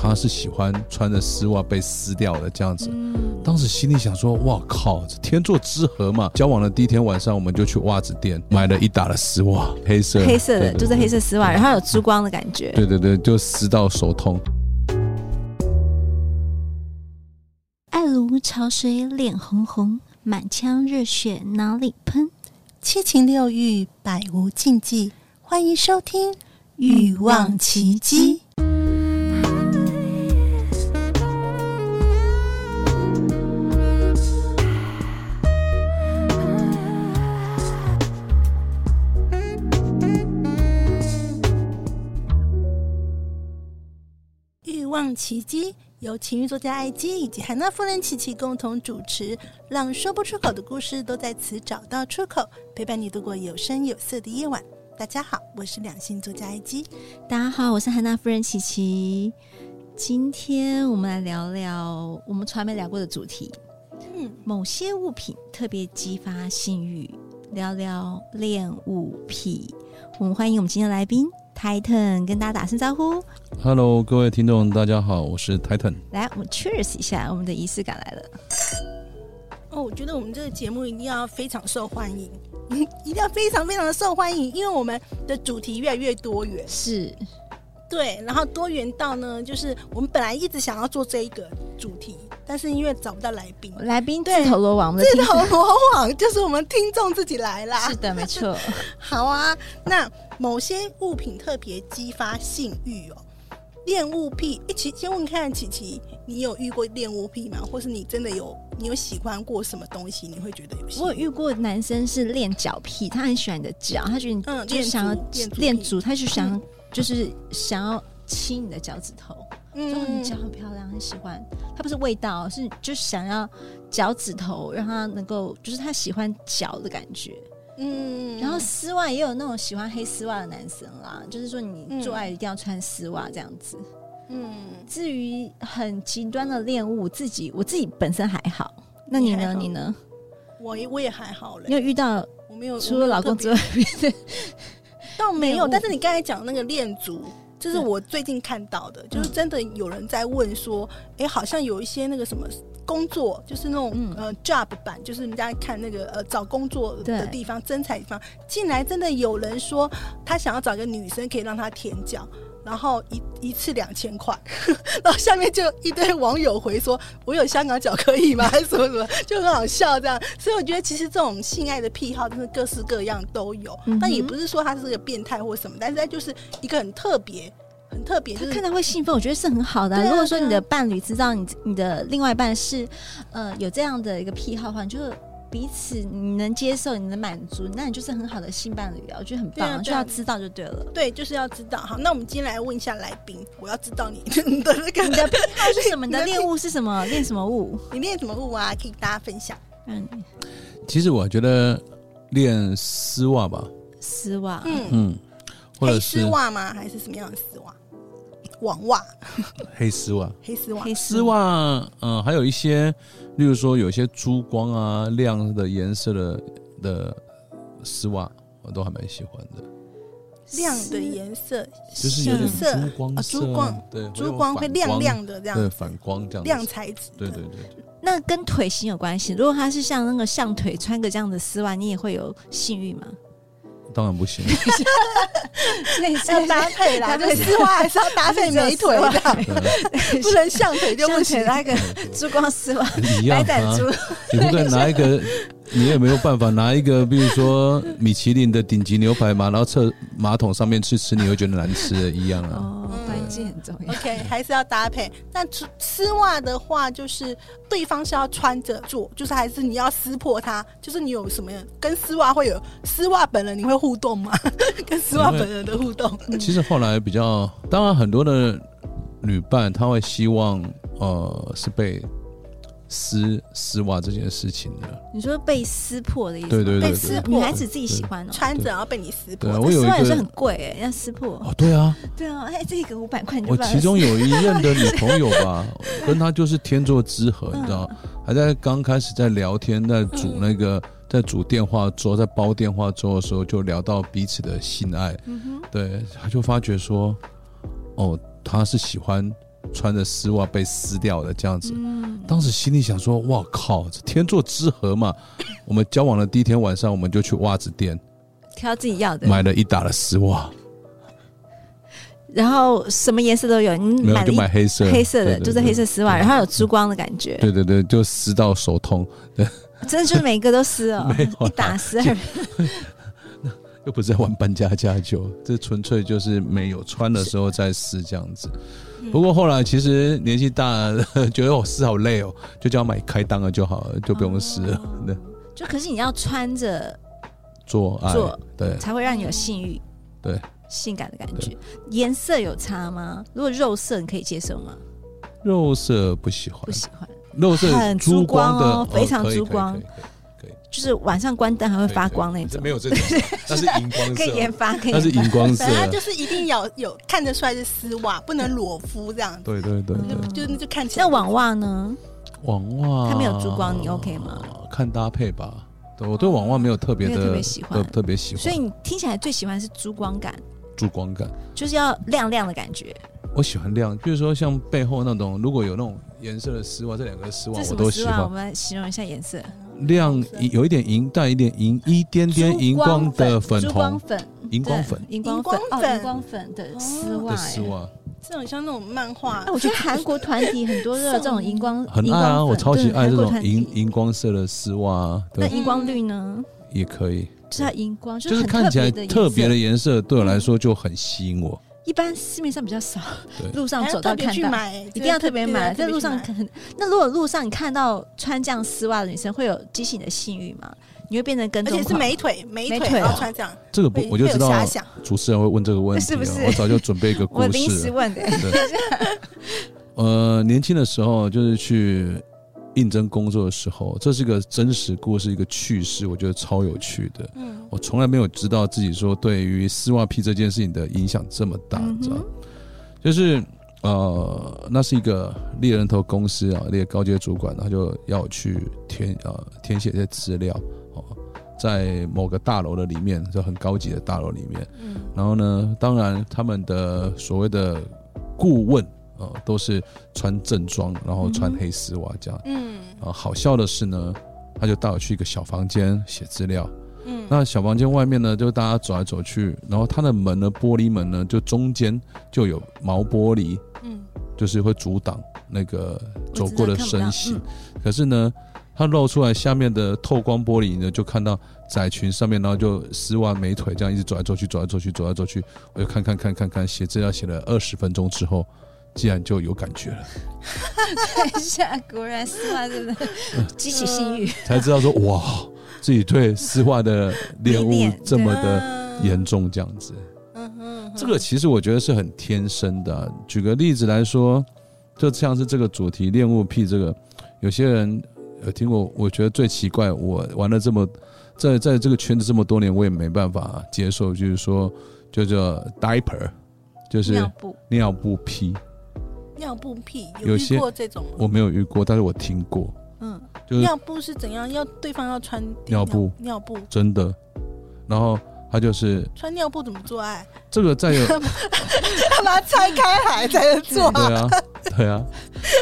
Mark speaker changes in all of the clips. Speaker 1: 妈是喜欢穿着丝袜被撕掉的这样子。当时心里想说，哇靠，这天作之合嘛！交往的第一天晚上，我们就去袜子店买了一打的丝袜，黑色
Speaker 2: 黑色
Speaker 1: 对
Speaker 2: 的，
Speaker 1: 对
Speaker 2: 就是黑色丝袜，然后有珠光的感觉。
Speaker 1: 对对对，就撕到手痛。
Speaker 2: 爱如潮水，脸红红，满腔热血脑里喷。
Speaker 3: 七情六欲，百无禁忌。欢迎收听《
Speaker 2: 欲望奇迹》。
Speaker 3: 欲望奇迹由情欲作家艾姬以及海娜夫人琪琪共同主持，让说不出口的故事都在此找到出口，陪伴你度过有声有色的夜晚。大家好，我是两性作家艾姬。
Speaker 2: 大家好，我是韩娜夫人琪琪。今天我们来聊聊我们从来没聊过的主题，
Speaker 3: 嗯，
Speaker 2: 某些物品特别激发性欲，聊聊恋物癖。我们欢迎我们今天的来宾 Titan，跟大家打声招呼。
Speaker 1: Hello，各位听众，大家好，我是 Titan。
Speaker 2: 来，我们 Cheers 一下，我们的仪式感来了。
Speaker 3: 哦，我觉得我们这个节目一定要非常受欢迎， 一定要非常非常的受欢迎，因为我们的主题越来越多元。
Speaker 2: 是，
Speaker 3: 对，然后多元到呢，就是我们本来一直想要做这一个主题，但是因为找不到来宾，
Speaker 2: 来宾自
Speaker 3: 对
Speaker 2: 投罗网，我们的
Speaker 3: 自
Speaker 2: 听
Speaker 3: 投罗网，就是我们听众自己来啦。
Speaker 2: 是的，没错。
Speaker 3: 好啊，那某些物品特别激发性欲哦。恋物癖，一起先问看琪琪，你有遇过恋物癖吗？或是你真的有，你有喜欢过什么东西？你会觉得有性欲？
Speaker 2: 我有遇过男生是练脚癖，他很喜欢你的脚，他觉得你
Speaker 3: 嗯
Speaker 2: 就是想要
Speaker 3: 练足
Speaker 2: 练
Speaker 3: 练足癖
Speaker 2: 足，他就想就是想要亲你的脚趾头，说哦你脚很漂亮，很喜欢。他不是味道，是就想要脚趾头让他能够，就是他喜欢脚的感觉。
Speaker 3: 嗯
Speaker 2: 然后丝袜也有那种喜欢黑丝袜的男生啦，就是说你
Speaker 3: 嗯
Speaker 2: 做爱一定要穿丝袜这样子。
Speaker 3: 嗯，
Speaker 2: 至于很极端的恋物，自己我自己本身还好。那你
Speaker 3: 你还
Speaker 2: 呢？
Speaker 3: 好
Speaker 2: 你呢？
Speaker 3: 我也我也还好嘞
Speaker 2: 你，有遇到
Speaker 3: 我没有
Speaker 2: 除了老公之
Speaker 3: 外
Speaker 2: 外，别的
Speaker 3: 倒没
Speaker 2: 恋
Speaker 3: 有。
Speaker 2: 物
Speaker 3: 但是你刚才讲的那个恋足，这是我最近看到的，就是
Speaker 2: 嗯
Speaker 3: 真的有人在问说，哎、好像有一些那个什么工作，就是那种、
Speaker 2: 嗯
Speaker 3: 呃 job 版，就是人家看那个呃找工作的
Speaker 2: 对
Speaker 3: 地方、征才地方，竟然真的有人说他想要找一个女生可以让他舔脚。然后一一次两千块， 然后下面就一堆网友回说：“我有香港脚可以吗？”还 是什么什么，就很好笑这样。所以我觉得其实这种性爱的癖好真的各式各样都有，
Speaker 2: 嗯哼
Speaker 3: 但也不是说他是个变态或什么，但是他就是一个很特别、很特别，
Speaker 2: 他
Speaker 3: 就是
Speaker 2: 看到会兴奋，我觉得是很好嗯的啊、
Speaker 3: 对啊
Speaker 2: 如果说你
Speaker 3: 对
Speaker 2: 的
Speaker 3: 啊
Speaker 2: 伴侣知道你你的另外一半是呃有这样的一个癖好的话，你就彼此你能接受，你能满足，那你就是很好的性伴侣啊，我觉得很
Speaker 3: 对
Speaker 2: 棒啊，
Speaker 3: 啊对啊
Speaker 2: 就要知道就对了。
Speaker 3: 对，就是要知道。好，那我们今天来问一下来宾，我要知道你 你的那个
Speaker 2: 你的癖好是什么？你的
Speaker 3: 你的
Speaker 2: 恋物是什么？恋什么物？
Speaker 3: 你练什么舞啊，可以跟大家分享。
Speaker 2: 嗯，
Speaker 1: 其实我觉得练丝袜吧，
Speaker 2: 丝袜。
Speaker 3: 嗯，
Speaker 1: 嗯，或者
Speaker 3: 黑
Speaker 1: 是
Speaker 3: 丝袜吗？还是什么样的丝袜？网袜、
Speaker 1: 黑丝袜。
Speaker 3: 黑丝袜。
Speaker 2: 黑
Speaker 1: 丝袜，嗯、还有一些，例如说有一些珠光啊、亮的颜色的的丝袜，我都还蛮喜欢的，
Speaker 3: 亮的颜色，
Speaker 1: 就是有点
Speaker 3: 杏色
Speaker 1: 珠光
Speaker 3: 啊
Speaker 1: 色、
Speaker 3: 珠光，
Speaker 1: 对，会有
Speaker 3: 珠光会
Speaker 1: 反
Speaker 3: 亮亮的这
Speaker 1: 对，
Speaker 3: 样，
Speaker 1: 反光这样子，
Speaker 3: 亮材质的。
Speaker 1: 对对对，
Speaker 2: 那跟腿型有关系。如果他是像那个象腿穿个这样的丝袜，你也会有性欲吗？
Speaker 1: 当然不行，
Speaker 2: 类
Speaker 3: 要搭配啦，就丝袜还是要搭配美腿 的，
Speaker 1: 对
Speaker 3: 不能像腿就不
Speaker 2: 象
Speaker 3: 行
Speaker 2: 腿。那个珠光丝袜，
Speaker 1: 一样
Speaker 2: 白胆
Speaker 1: 啊
Speaker 2: 珠。，
Speaker 1: 你不可能拿一个，你也没有办法拿一个，比如说米其林的顶级牛排嘛，然后厕马桶上面去吃，你会觉得难吃的一样啊。
Speaker 2: 哦，关键很重要。
Speaker 3: OK，还是要搭配。那丝丝袜的话，就是对方是要穿着做，就是还是你要撕破它，就是你有什么跟丝袜会有丝袜本人你会互动吗？ 跟丝袜本人的互动，
Speaker 1: 其实后来比较，当然很多的女伴她会希望，呃，是被丝丝袜这件事情的。
Speaker 2: 你说被撕破的意思吗？
Speaker 1: 对对对
Speaker 3: 被撕
Speaker 1: 对
Speaker 3: 破。
Speaker 2: 女孩子自己喜欢哦。
Speaker 3: 穿着然后被你撕破
Speaker 1: 对啊，，
Speaker 2: 那
Speaker 1: 我有
Speaker 2: 丝
Speaker 1: 一
Speaker 2: 袜也是很
Speaker 1: 个
Speaker 2: 贵哎，要撕破。
Speaker 1: 哦，对啊，
Speaker 2: 对啊，哎，这个五百块你就
Speaker 1: 我
Speaker 2: 不
Speaker 1: 其中有一任的女朋友 吧，跟她就是天作之合，
Speaker 2: 嗯
Speaker 1: 你知道，还在刚开始在聊天，在煮那
Speaker 2: 嗯
Speaker 1: 个，在煮电话粥，在煲电话粥的时候，就聊到彼此
Speaker 2: 嗯
Speaker 1: 的性爱，对，她就发觉说，哦，她是喜欢穿着丝袜被撕掉的这样子。
Speaker 2: 嗯，
Speaker 1: 当时心里想说：“哇靠，这天作之合 嘛！”我们交往的第一天晚上，我们就去袜子店
Speaker 2: 挑自己要的，
Speaker 1: 买了一打的丝袜，
Speaker 2: 然后什么颜色都有，你
Speaker 1: 没有
Speaker 2: 买
Speaker 1: 就
Speaker 2: 了
Speaker 1: 买黑色，
Speaker 2: 一黑色
Speaker 1: 对
Speaker 2: 的，就是黑。色丝袜，然后有珠光的感觉，
Speaker 1: 对对对对对，就撕到手痛，，
Speaker 2: 真的就是每一个都撕哦
Speaker 1: 没有啊啦
Speaker 2: 一打撕二，
Speaker 1: 又不是在玩搬家家酒，这纯粹就是没有穿的时候再撕这样子。
Speaker 2: 嗯
Speaker 1: 不过后来其实年纪大了，觉得我撕好累哦，就叫他买开裆的就好了，就不用撕了。
Speaker 2: 哦
Speaker 1: 对，
Speaker 2: 就可是你要穿着
Speaker 1: 做爱，
Speaker 2: 做
Speaker 1: 对，
Speaker 2: 才会让你有性欲，
Speaker 1: 对，
Speaker 2: 性感的感觉。颜色有差吗？如果肉色你可以接受吗？
Speaker 1: 肉色不喜欢
Speaker 2: 不，喜欢，
Speaker 1: 肉色
Speaker 2: 很
Speaker 1: 珠
Speaker 2: 珠光
Speaker 1: 的，
Speaker 2: 哦非常
Speaker 1: 可以
Speaker 2: 珠
Speaker 1: 可以
Speaker 2: 光
Speaker 1: 可以可以
Speaker 2: 就是晚上关灯还会发光那
Speaker 1: 对
Speaker 2: 种
Speaker 1: 没，有这种，那是荧光
Speaker 2: 可以研
Speaker 1: 色，
Speaker 2: 发，可以
Speaker 1: 那是
Speaker 2: 研
Speaker 1: 荧光色
Speaker 3: 反，
Speaker 2: 啊
Speaker 3: 正就是一定要有看得出来是丝袜，不能裸肤这样子，
Speaker 1: 对对对对
Speaker 2: 嗯，
Speaker 3: 就那就看起来
Speaker 2: 那网袜呢？
Speaker 1: 网袜
Speaker 2: 它没有珠光，你 OK 吗？哦
Speaker 1: 看搭配吧。对我对网啊袜没有特别
Speaker 2: 没有
Speaker 1: 的
Speaker 2: 特别喜欢
Speaker 1: 对特别喜欢，
Speaker 2: 所以你听起来最喜欢是珠光感，
Speaker 1: 珠光感。
Speaker 2: 就是要亮亮的感觉。
Speaker 1: 我喜欢亮，比如说像背后那种，如果有那种颜色的丝袜，这两个丝袜
Speaker 2: 这
Speaker 1: 我
Speaker 2: 什
Speaker 1: 都
Speaker 2: 么
Speaker 1: 喜
Speaker 2: 丝袜？我
Speaker 1: 欢。
Speaker 2: 们来形容一下颜色，
Speaker 1: 亮有一点银，带一点银，一点点荧光的粉
Speaker 2: 珠光
Speaker 1: 红，
Speaker 2: 粉、
Speaker 1: 荧光粉
Speaker 2: 对荧光粉、
Speaker 3: 荧光
Speaker 2: 哦
Speaker 3: 粉
Speaker 2: 荧光粉的丝袜
Speaker 1: 的
Speaker 2: 耶。
Speaker 1: 丝袜，
Speaker 3: 这种像那种漫画
Speaker 2: 哎，我觉得韩国团体很多都有这种荧光，
Speaker 1: 很
Speaker 2: 荧
Speaker 1: 爱
Speaker 2: 光
Speaker 1: 啊！
Speaker 2: 粉
Speaker 1: 我超级
Speaker 2: 对
Speaker 1: 爱这
Speaker 2: 韩国
Speaker 1: 种
Speaker 2: 团体
Speaker 1: 荧荧光色的丝袜啊，
Speaker 2: 那
Speaker 1: 对，
Speaker 2: 荧光绿呢？
Speaker 1: 也可以，
Speaker 2: 就是它荧光，
Speaker 1: 就是是
Speaker 2: 很
Speaker 1: 看起来
Speaker 2: 颜色
Speaker 1: 特别的，颜色，对我来说就很吸引我。
Speaker 2: 一般市面上比较少
Speaker 1: 对，
Speaker 2: 路上
Speaker 3: 还要
Speaker 2: 走
Speaker 3: 特
Speaker 2: 到
Speaker 3: 别
Speaker 2: 看
Speaker 3: 去
Speaker 2: 到。
Speaker 3: 买，一
Speaker 2: 一定要特别买，在路上
Speaker 3: 看。
Speaker 2: 可能。那如果路上你看到穿这样丝袜的女生，会有激起你的性欲吗？你会变成跟
Speaker 3: 而
Speaker 2: 踪
Speaker 3: 且是
Speaker 2: 狂
Speaker 3: 美腿，美
Speaker 2: 美
Speaker 3: 腿，
Speaker 2: 腿啊
Speaker 3: 然后穿这样，
Speaker 1: 这个不
Speaker 2: 嗯
Speaker 3: 会，
Speaker 1: 我就知道
Speaker 3: 会有遐想
Speaker 1: 主持人会问这个问题
Speaker 2: 是
Speaker 1: 了，
Speaker 2: 不是
Speaker 1: 我早就准备一个故
Speaker 2: 我临
Speaker 1: 事
Speaker 2: 时
Speaker 1: 了。
Speaker 2: 问的， 哎
Speaker 1: 呃，年轻的时候就是去应征工作的时候，这是一个真实故事，一个趣事，我觉得超有趣的。
Speaker 3: 嗯，
Speaker 1: 我从来没有知道自己说对于丝袜癖这件事情的影响这么大，
Speaker 2: 嗯哼
Speaker 1: 你知道？就是呃，那是一个猎人头公司啊，猎高阶主管，他就要我去填呃填写一些资料哦，在某个大楼的里面，就很高级的大楼里面。
Speaker 3: 嗯
Speaker 1: 然后呢，当然他们的所谓的顾问呃，都是穿正装，然后穿
Speaker 2: 嗯哼
Speaker 1: 黑丝袜这样。
Speaker 3: 嗯
Speaker 1: 啊、好笑的是呢，他就带我去一个小房间写资料。
Speaker 3: 嗯，
Speaker 1: 那小房间外面呢，就大家走来走去，然后它的门呢，玻璃门呢，就中间就有毛玻璃，
Speaker 3: 嗯
Speaker 1: 就是会阻挡那个走过的身形
Speaker 2: 我。
Speaker 1: 可是呢，它露出来下面的透光玻璃呢，就看到窄裙上面，然后就丝袜美腿这样一直走来走去，走来走去，走来走去。我就看看看看看，写资料写了二十分钟之后，竟然就有感觉了，
Speaker 2: 看一下，果然丝袜 真的嗯激起性欲，
Speaker 1: 才知道说哇，自己对丝袜的恋
Speaker 2: 迷
Speaker 1: 物
Speaker 2: 恋
Speaker 1: 这么的
Speaker 3: 的
Speaker 1: 严，重，这样子。
Speaker 3: 嗯嗯，
Speaker 1: 这个其实我觉得是很天生的啊、举个例子来说，就像是这个主题恋物癖，这个有些人呃听过，我觉得最奇怪，我玩了这么在在这个圈子这么多年，我也没办法接受，就是说就叫 diaper，就是
Speaker 2: 尿布
Speaker 1: 尿布癖，
Speaker 3: 尿布屁
Speaker 1: 有
Speaker 3: 有
Speaker 1: 些
Speaker 3: 遇过这种吗？
Speaker 1: 我没有遇过，但是我听过，
Speaker 2: 嗯，
Speaker 1: 就是
Speaker 3: 尿布是怎样？要对方要穿
Speaker 1: 尿布
Speaker 3: 尿布
Speaker 1: 真的，然后他就是
Speaker 3: 穿尿布怎么做爱？
Speaker 1: 这个在 有。
Speaker 3: 他把它拆开来才能做
Speaker 1: 对啊，对啊，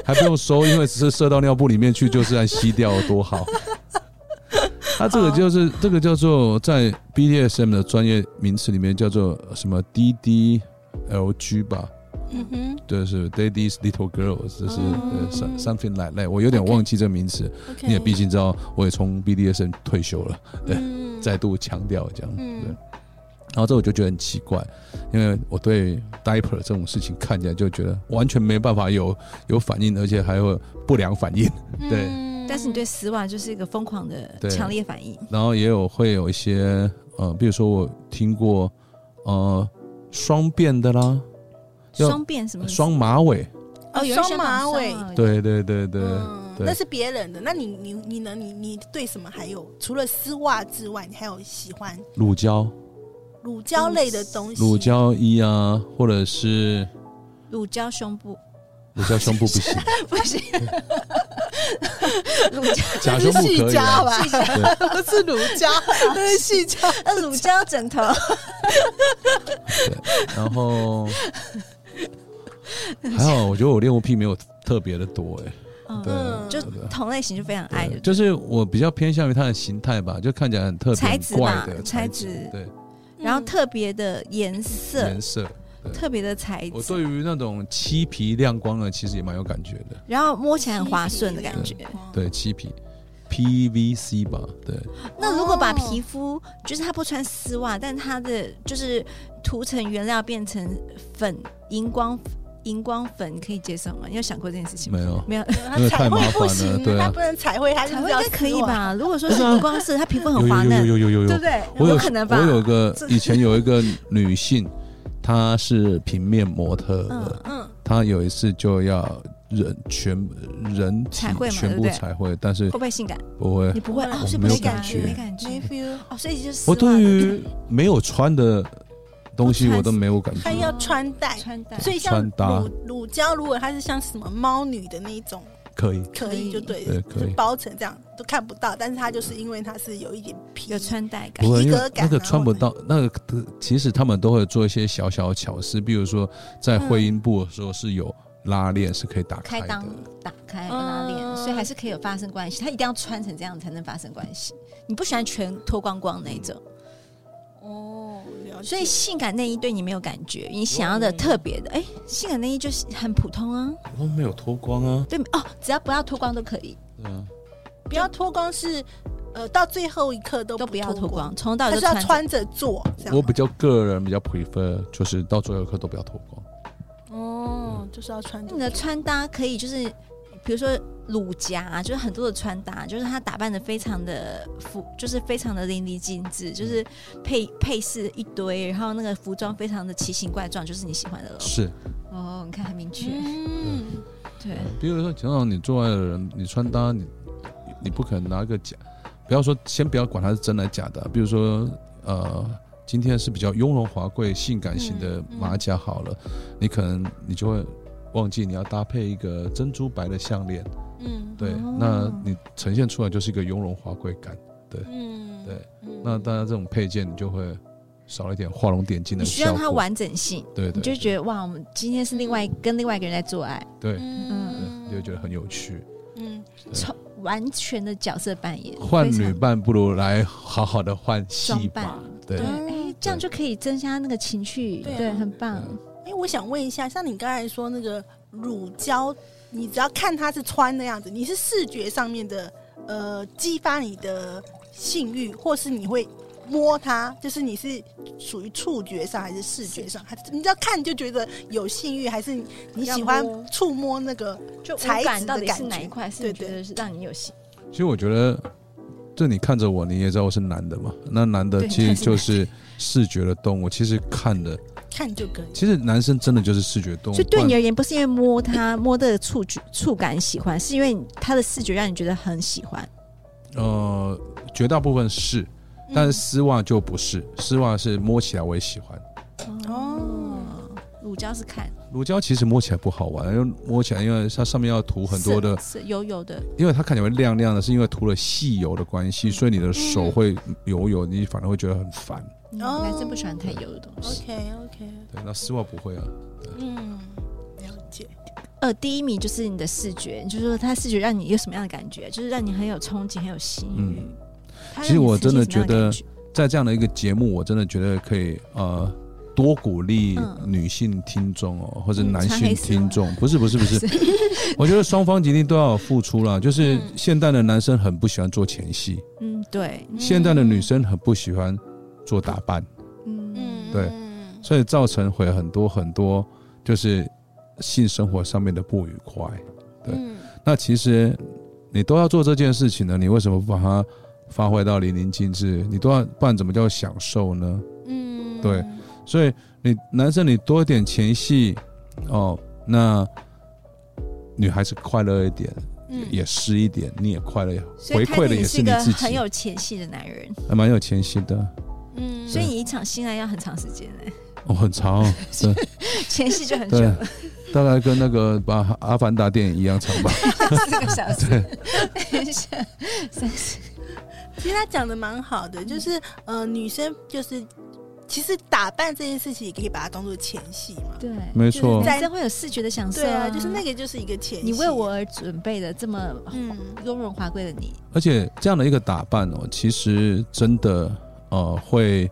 Speaker 1: 还不用收，因为只是射到尿布里面去，就是按吸掉，多 好。它这个就是这个叫做在 BDSM 的专业名词里面叫做什么 DDLG 吧，
Speaker 3: 嗯哼
Speaker 1: 就是 Daddy's Little Girls，就是呃
Speaker 3: 嗯
Speaker 1: some- something like that，我有点忘记这个名词。
Speaker 3: ，OK，
Speaker 1: 你也毕竟知道，我也从 BDSM 退休了，对
Speaker 3: 嗯
Speaker 1: 再度强调这样。对，
Speaker 3: 嗯
Speaker 1: 然后这我就觉得很奇怪，因为我对 diaper 这种事情看起来就觉得完全没办法有有反应，而且还有不良反应， 对
Speaker 3: 嗯
Speaker 2: 但是你对丝袜就是一个疯狂的
Speaker 1: 对
Speaker 2: 强烈反应，
Speaker 1: 然后也有会有一些呃，比如说我听过呃双辫的啦，要
Speaker 2: 双辫什么意思
Speaker 1: 双马尾，
Speaker 2: 哦，有人
Speaker 3: 双
Speaker 2: 想
Speaker 3: 马
Speaker 2: 绑
Speaker 3: 尾
Speaker 2: 双，马，
Speaker 1: 对对对对
Speaker 3: 嗯
Speaker 1: 对
Speaker 3: 那是别人的。那你你你呢？你你对什么还有除了丝袜之外，你还有喜欢
Speaker 1: 乳胶
Speaker 3: 乳胶类的东西？
Speaker 1: 乳胶衣啊，或者是
Speaker 2: 乳胶胸部
Speaker 1: 乳胶胸部不行，
Speaker 2: 不行， 乳 胶
Speaker 1: 假胸部可以啊，
Speaker 3: 吧？不是乳胶，那是细胶。
Speaker 2: 呃 乳胶枕头，
Speaker 1: 然后还好，我觉得我恋物癖没有特别的多哎、
Speaker 2: 嗯
Speaker 1: 对啊
Speaker 3: 嗯
Speaker 2: 就同类型就非常爱
Speaker 1: 对
Speaker 2: 的，
Speaker 1: 就是我比较偏向于它的形态吧，就看起来很特别、
Speaker 2: 材
Speaker 1: 很
Speaker 2: 质
Speaker 1: 怪
Speaker 2: 吧
Speaker 1: 的
Speaker 2: 材质
Speaker 1: 质，对
Speaker 2: 然
Speaker 3: 嗯
Speaker 2: 后特别的颜色
Speaker 1: 颜、色。
Speaker 2: 特别的材
Speaker 1: 我
Speaker 2: 质，
Speaker 1: 对于那种漆皮亮光的，其实也蛮有感觉的。
Speaker 2: 然后摸起来很滑顺的感觉。
Speaker 3: 嗯
Speaker 1: 对，漆皮 PVC 吧，对，
Speaker 2: 那如果把皮肤，就是它不穿丝袜，但它的就是涂层原料变成粉荧光荧光粉，可以接受吗？你有想过这件事情吗？
Speaker 1: 没有
Speaker 2: 没有，
Speaker 1: 那
Speaker 3: 嗯它
Speaker 1: 个
Speaker 3: 彩
Speaker 1: 太麻
Speaker 3: 绘不
Speaker 1: 烦了
Speaker 3: 行，
Speaker 1: 对啊
Speaker 3: 它不能彩绘，它就
Speaker 2: 彩
Speaker 3: 是
Speaker 2: 绘
Speaker 3: 要
Speaker 2: 应该可
Speaker 3: 丝
Speaker 2: 以
Speaker 3: 袜？
Speaker 2: 吧？如果说
Speaker 1: 不
Speaker 2: 是
Speaker 1: 是啊
Speaker 2: 荧光色，它皮肤很滑
Speaker 1: 有有
Speaker 2: 嫩，
Speaker 1: 有有有有
Speaker 3: 对不
Speaker 1: 有，
Speaker 3: 对？
Speaker 1: 我有
Speaker 2: 可能吧
Speaker 1: 我有个
Speaker 3: 这
Speaker 1: 以前有一个女性，她是平面模特
Speaker 2: 嗯
Speaker 1: 的，
Speaker 3: 嗯，
Speaker 1: 她有一次就要人全人体
Speaker 2: 彩绘嘛
Speaker 1: 全
Speaker 2: 对不
Speaker 1: 部
Speaker 2: 对
Speaker 1: 彩绘，但是
Speaker 2: 会不会性感？
Speaker 1: 不会
Speaker 2: 你。不会
Speaker 3: 我
Speaker 2: 哦，所以
Speaker 1: 没
Speaker 2: 不
Speaker 1: 有
Speaker 2: 是感
Speaker 1: 感觉
Speaker 2: 没感觉
Speaker 3: 没 feel，
Speaker 2: 哦，所以就是丝袜
Speaker 1: 我对
Speaker 2: 的
Speaker 1: 于没有穿的东西
Speaker 2: 不穿
Speaker 1: 我都没有感
Speaker 3: 它
Speaker 1: 觉，
Speaker 3: 要穿戴。
Speaker 2: 穿戴，
Speaker 3: 所以像
Speaker 1: 穿搭
Speaker 3: 乳乳胶，如果它是像什么猫女的那一种，
Speaker 1: 可以
Speaker 3: 可以就对
Speaker 1: 对
Speaker 3: 了，
Speaker 1: 可以
Speaker 3: 就包成这样都看不到，但是它就是因为它是有一点皮
Speaker 2: 有，穿戴感啊
Speaker 1: 不。会，
Speaker 3: 皮
Speaker 1: 因
Speaker 3: 革
Speaker 1: 为
Speaker 3: 感
Speaker 1: 那个
Speaker 3: 然后
Speaker 1: 穿不
Speaker 3: 呢
Speaker 1: 到，那个其实他们都会做一些小小的巧思，比如说在会阴部的时候是有拉链是可以打
Speaker 2: 嗯开
Speaker 1: 的，
Speaker 2: 裆打开
Speaker 3: 嗯
Speaker 2: 拉链，所以还是可以有发生关系。他一定要穿成这样才能发生关系。你不喜欢全脱光光那一种，
Speaker 3: 哦，了解
Speaker 2: 所以性感内衣对你没有感觉，你想要的特别的，哎、性感内衣就是很普通啊，
Speaker 1: 我没有脱光啊，
Speaker 2: 对哦，只要不要脱光都可以，
Speaker 1: 对啊，
Speaker 3: 不要脱光是呃到最后一刻都
Speaker 2: 都不要脱
Speaker 3: 光，
Speaker 2: 光，从头到
Speaker 3: 它
Speaker 2: 尾都
Speaker 3: 是要
Speaker 2: 穿着。
Speaker 3: 穿着做这
Speaker 2: 啊
Speaker 3: 样吗。
Speaker 1: 我比较个人比较 prefer 就是到最后一刻都不要脱光，
Speaker 3: 哦，就是要穿着
Speaker 2: 你的穿搭可以就是，比如说乳夹、啊就是很多的穿搭，就是她打扮的非常的服，就是非常的淋漓尽致，就是配配饰一堆，然后那个服装非常的奇形怪状，就是你喜欢的了。
Speaker 1: 是，
Speaker 2: 哦，你看很明确，
Speaker 3: 嗯，
Speaker 2: 对，
Speaker 1: 比如说通常你做爱的人，你穿搭你你不可能拿个假，不要说先不要管它是真的假的，啊比如说呃。今天是比较雍容华贵、性感型的
Speaker 3: 嗯嗯
Speaker 1: 马甲好了，你可能你就会忘记你要搭配一个珍珠白的项链，
Speaker 3: 嗯
Speaker 1: 对，
Speaker 2: 哦
Speaker 1: 那你呈现出来就是一个雍容华贵感。
Speaker 3: 嗯
Speaker 1: 对，
Speaker 3: 嗯
Speaker 1: 那当然，这种配件你就会少了一点画龙点睛
Speaker 2: 你
Speaker 1: 的
Speaker 2: 需
Speaker 1: 效
Speaker 2: 要
Speaker 1: 果。
Speaker 2: 它完整性，
Speaker 1: 对
Speaker 2: 你
Speaker 1: 对
Speaker 2: 就觉得哇，我们今天是另外跟另外一个人在做爱，
Speaker 1: 对对，
Speaker 2: 嗯
Speaker 1: 你就觉得很有趣。
Speaker 3: 嗯，
Speaker 2: 从完全的角色扮演，
Speaker 1: 换
Speaker 2: 非常
Speaker 1: 女伴不如来好好的换戏
Speaker 2: 装
Speaker 1: 吧
Speaker 2: 扮。，
Speaker 1: 对
Speaker 2: 对，哎
Speaker 3: 嗯，
Speaker 2: 这样就可以增加那个情趣，
Speaker 3: 对啊
Speaker 2: 对，很棒。
Speaker 1: 嗯
Speaker 3: 哎，我想问一下，像你刚才说那个乳胶，你只要看它是穿的样子，你是视觉上面的呃激发你的性欲，或是你会摸它，就是你是属于触觉上还是视觉上？还是你只要看就觉得有性欲，还是你你喜欢
Speaker 2: 要摸
Speaker 3: 触摸那个？
Speaker 2: 就
Speaker 3: 材
Speaker 2: 无感
Speaker 3: 质
Speaker 2: 到
Speaker 3: 的
Speaker 2: 底
Speaker 3: 感
Speaker 2: 是哪
Speaker 3: 觉
Speaker 2: 一块是
Speaker 3: 对
Speaker 2: 你觉
Speaker 3: 对
Speaker 2: 得是让你有兴？
Speaker 1: 其实我觉得，就你看着我，你也知道我是男的嘛。那男的
Speaker 2: 嗯对
Speaker 1: 其实就是视觉的动物，其实看的，
Speaker 3: 看就可以。
Speaker 1: 其实男生真的就是视觉动物。
Speaker 2: 所以对你
Speaker 1: 不然
Speaker 2: 而言，不是因为摸它摸的触觉触感喜欢，是因为它的视觉让你觉得很喜欢。
Speaker 1: 呃，绝大部分
Speaker 2: 嗯
Speaker 1: 是，但是丝袜就不是，丝袜是摸起来我也喜欢。
Speaker 3: 哦，
Speaker 2: 乳胶是看
Speaker 1: 乳胶其实摸起来不好玩，因为摸起来，因为它上面要涂很多的，
Speaker 2: 是油油的，
Speaker 1: 因为它看起来会亮亮的，是因为涂了细油的关系，所以你的手会油油，你反而会觉得很烦。
Speaker 2: 嗯
Speaker 3: 哦
Speaker 2: 男生不喜欢太油的东西。
Speaker 3: OK OK，
Speaker 1: 对，那丝袜不会啊，
Speaker 3: 嗯，了解。
Speaker 2: 呃，第一名就是你的视觉，就是说它视觉让你有什么样的感觉，就是让你很有冲击，很有吸引力
Speaker 1: 嗯。
Speaker 2: 它让你
Speaker 1: 其实我真的
Speaker 2: 刺激什么样的
Speaker 1: 觉得
Speaker 2: 感
Speaker 1: 在这样的一个节目，我真的觉得可以呃。多鼓励
Speaker 2: 嗯
Speaker 1: 女性听众哦，或者
Speaker 2: 嗯
Speaker 1: 男
Speaker 2: 穿黑
Speaker 1: 性
Speaker 2: 丝袜
Speaker 1: 听众，不是不是不是， 我觉得双方一定都要有付出啦。就是
Speaker 3: 嗯
Speaker 1: 现代的男生很不喜欢做前戏，
Speaker 2: 嗯，对，
Speaker 1: 现代的女生很不喜欢做打扮，
Speaker 2: 嗯，
Speaker 1: 对
Speaker 3: 嗯
Speaker 1: 所以造成会很多很多就是性生活上面的不愉快。对
Speaker 3: 嗯
Speaker 1: 那其实你都要做这件事情呢，你为什么不把它发挥到淋漓尽致？你都要，不然怎么叫享受呢？
Speaker 3: 嗯
Speaker 1: 对所以你男生你多一点前戏哦，那女孩子快乐一点，
Speaker 3: 嗯
Speaker 1: 也湿一点，你也快乐，
Speaker 2: 所
Speaker 1: 回
Speaker 2: 以
Speaker 1: 馈的
Speaker 2: 看
Speaker 1: 也
Speaker 2: 你
Speaker 1: 是
Speaker 2: 一
Speaker 1: 你
Speaker 2: 个
Speaker 1: 自
Speaker 2: 很
Speaker 1: 己，
Speaker 2: 有前戏的男人，
Speaker 1: 还蛮有前戏的。
Speaker 3: 嗯
Speaker 2: 所以你一场性爱要很长时间哎，
Speaker 1: 哦，很长，对
Speaker 2: 前戏就很 久
Speaker 1: 对
Speaker 2: 了，，
Speaker 1: 大概跟那个把《阿凡达》电影一样长 吧。
Speaker 2: 四个小时，等一下，三十，
Speaker 3: 其实他讲的蛮好的，就是呃，女生就是其实打扮这件事情也可以把它当做前戏嘛。
Speaker 2: 对，
Speaker 1: 没错
Speaker 3: 就是在
Speaker 2: 男生会有视觉的享受、
Speaker 3: 对啊，就是那
Speaker 2: 个
Speaker 3: 个就是一个前戏。
Speaker 2: 你为我，而准备的这么
Speaker 3: 嗯，
Speaker 2: 雍容华贵的你，
Speaker 1: 而且这样的一个打扮哦，其实真的呃会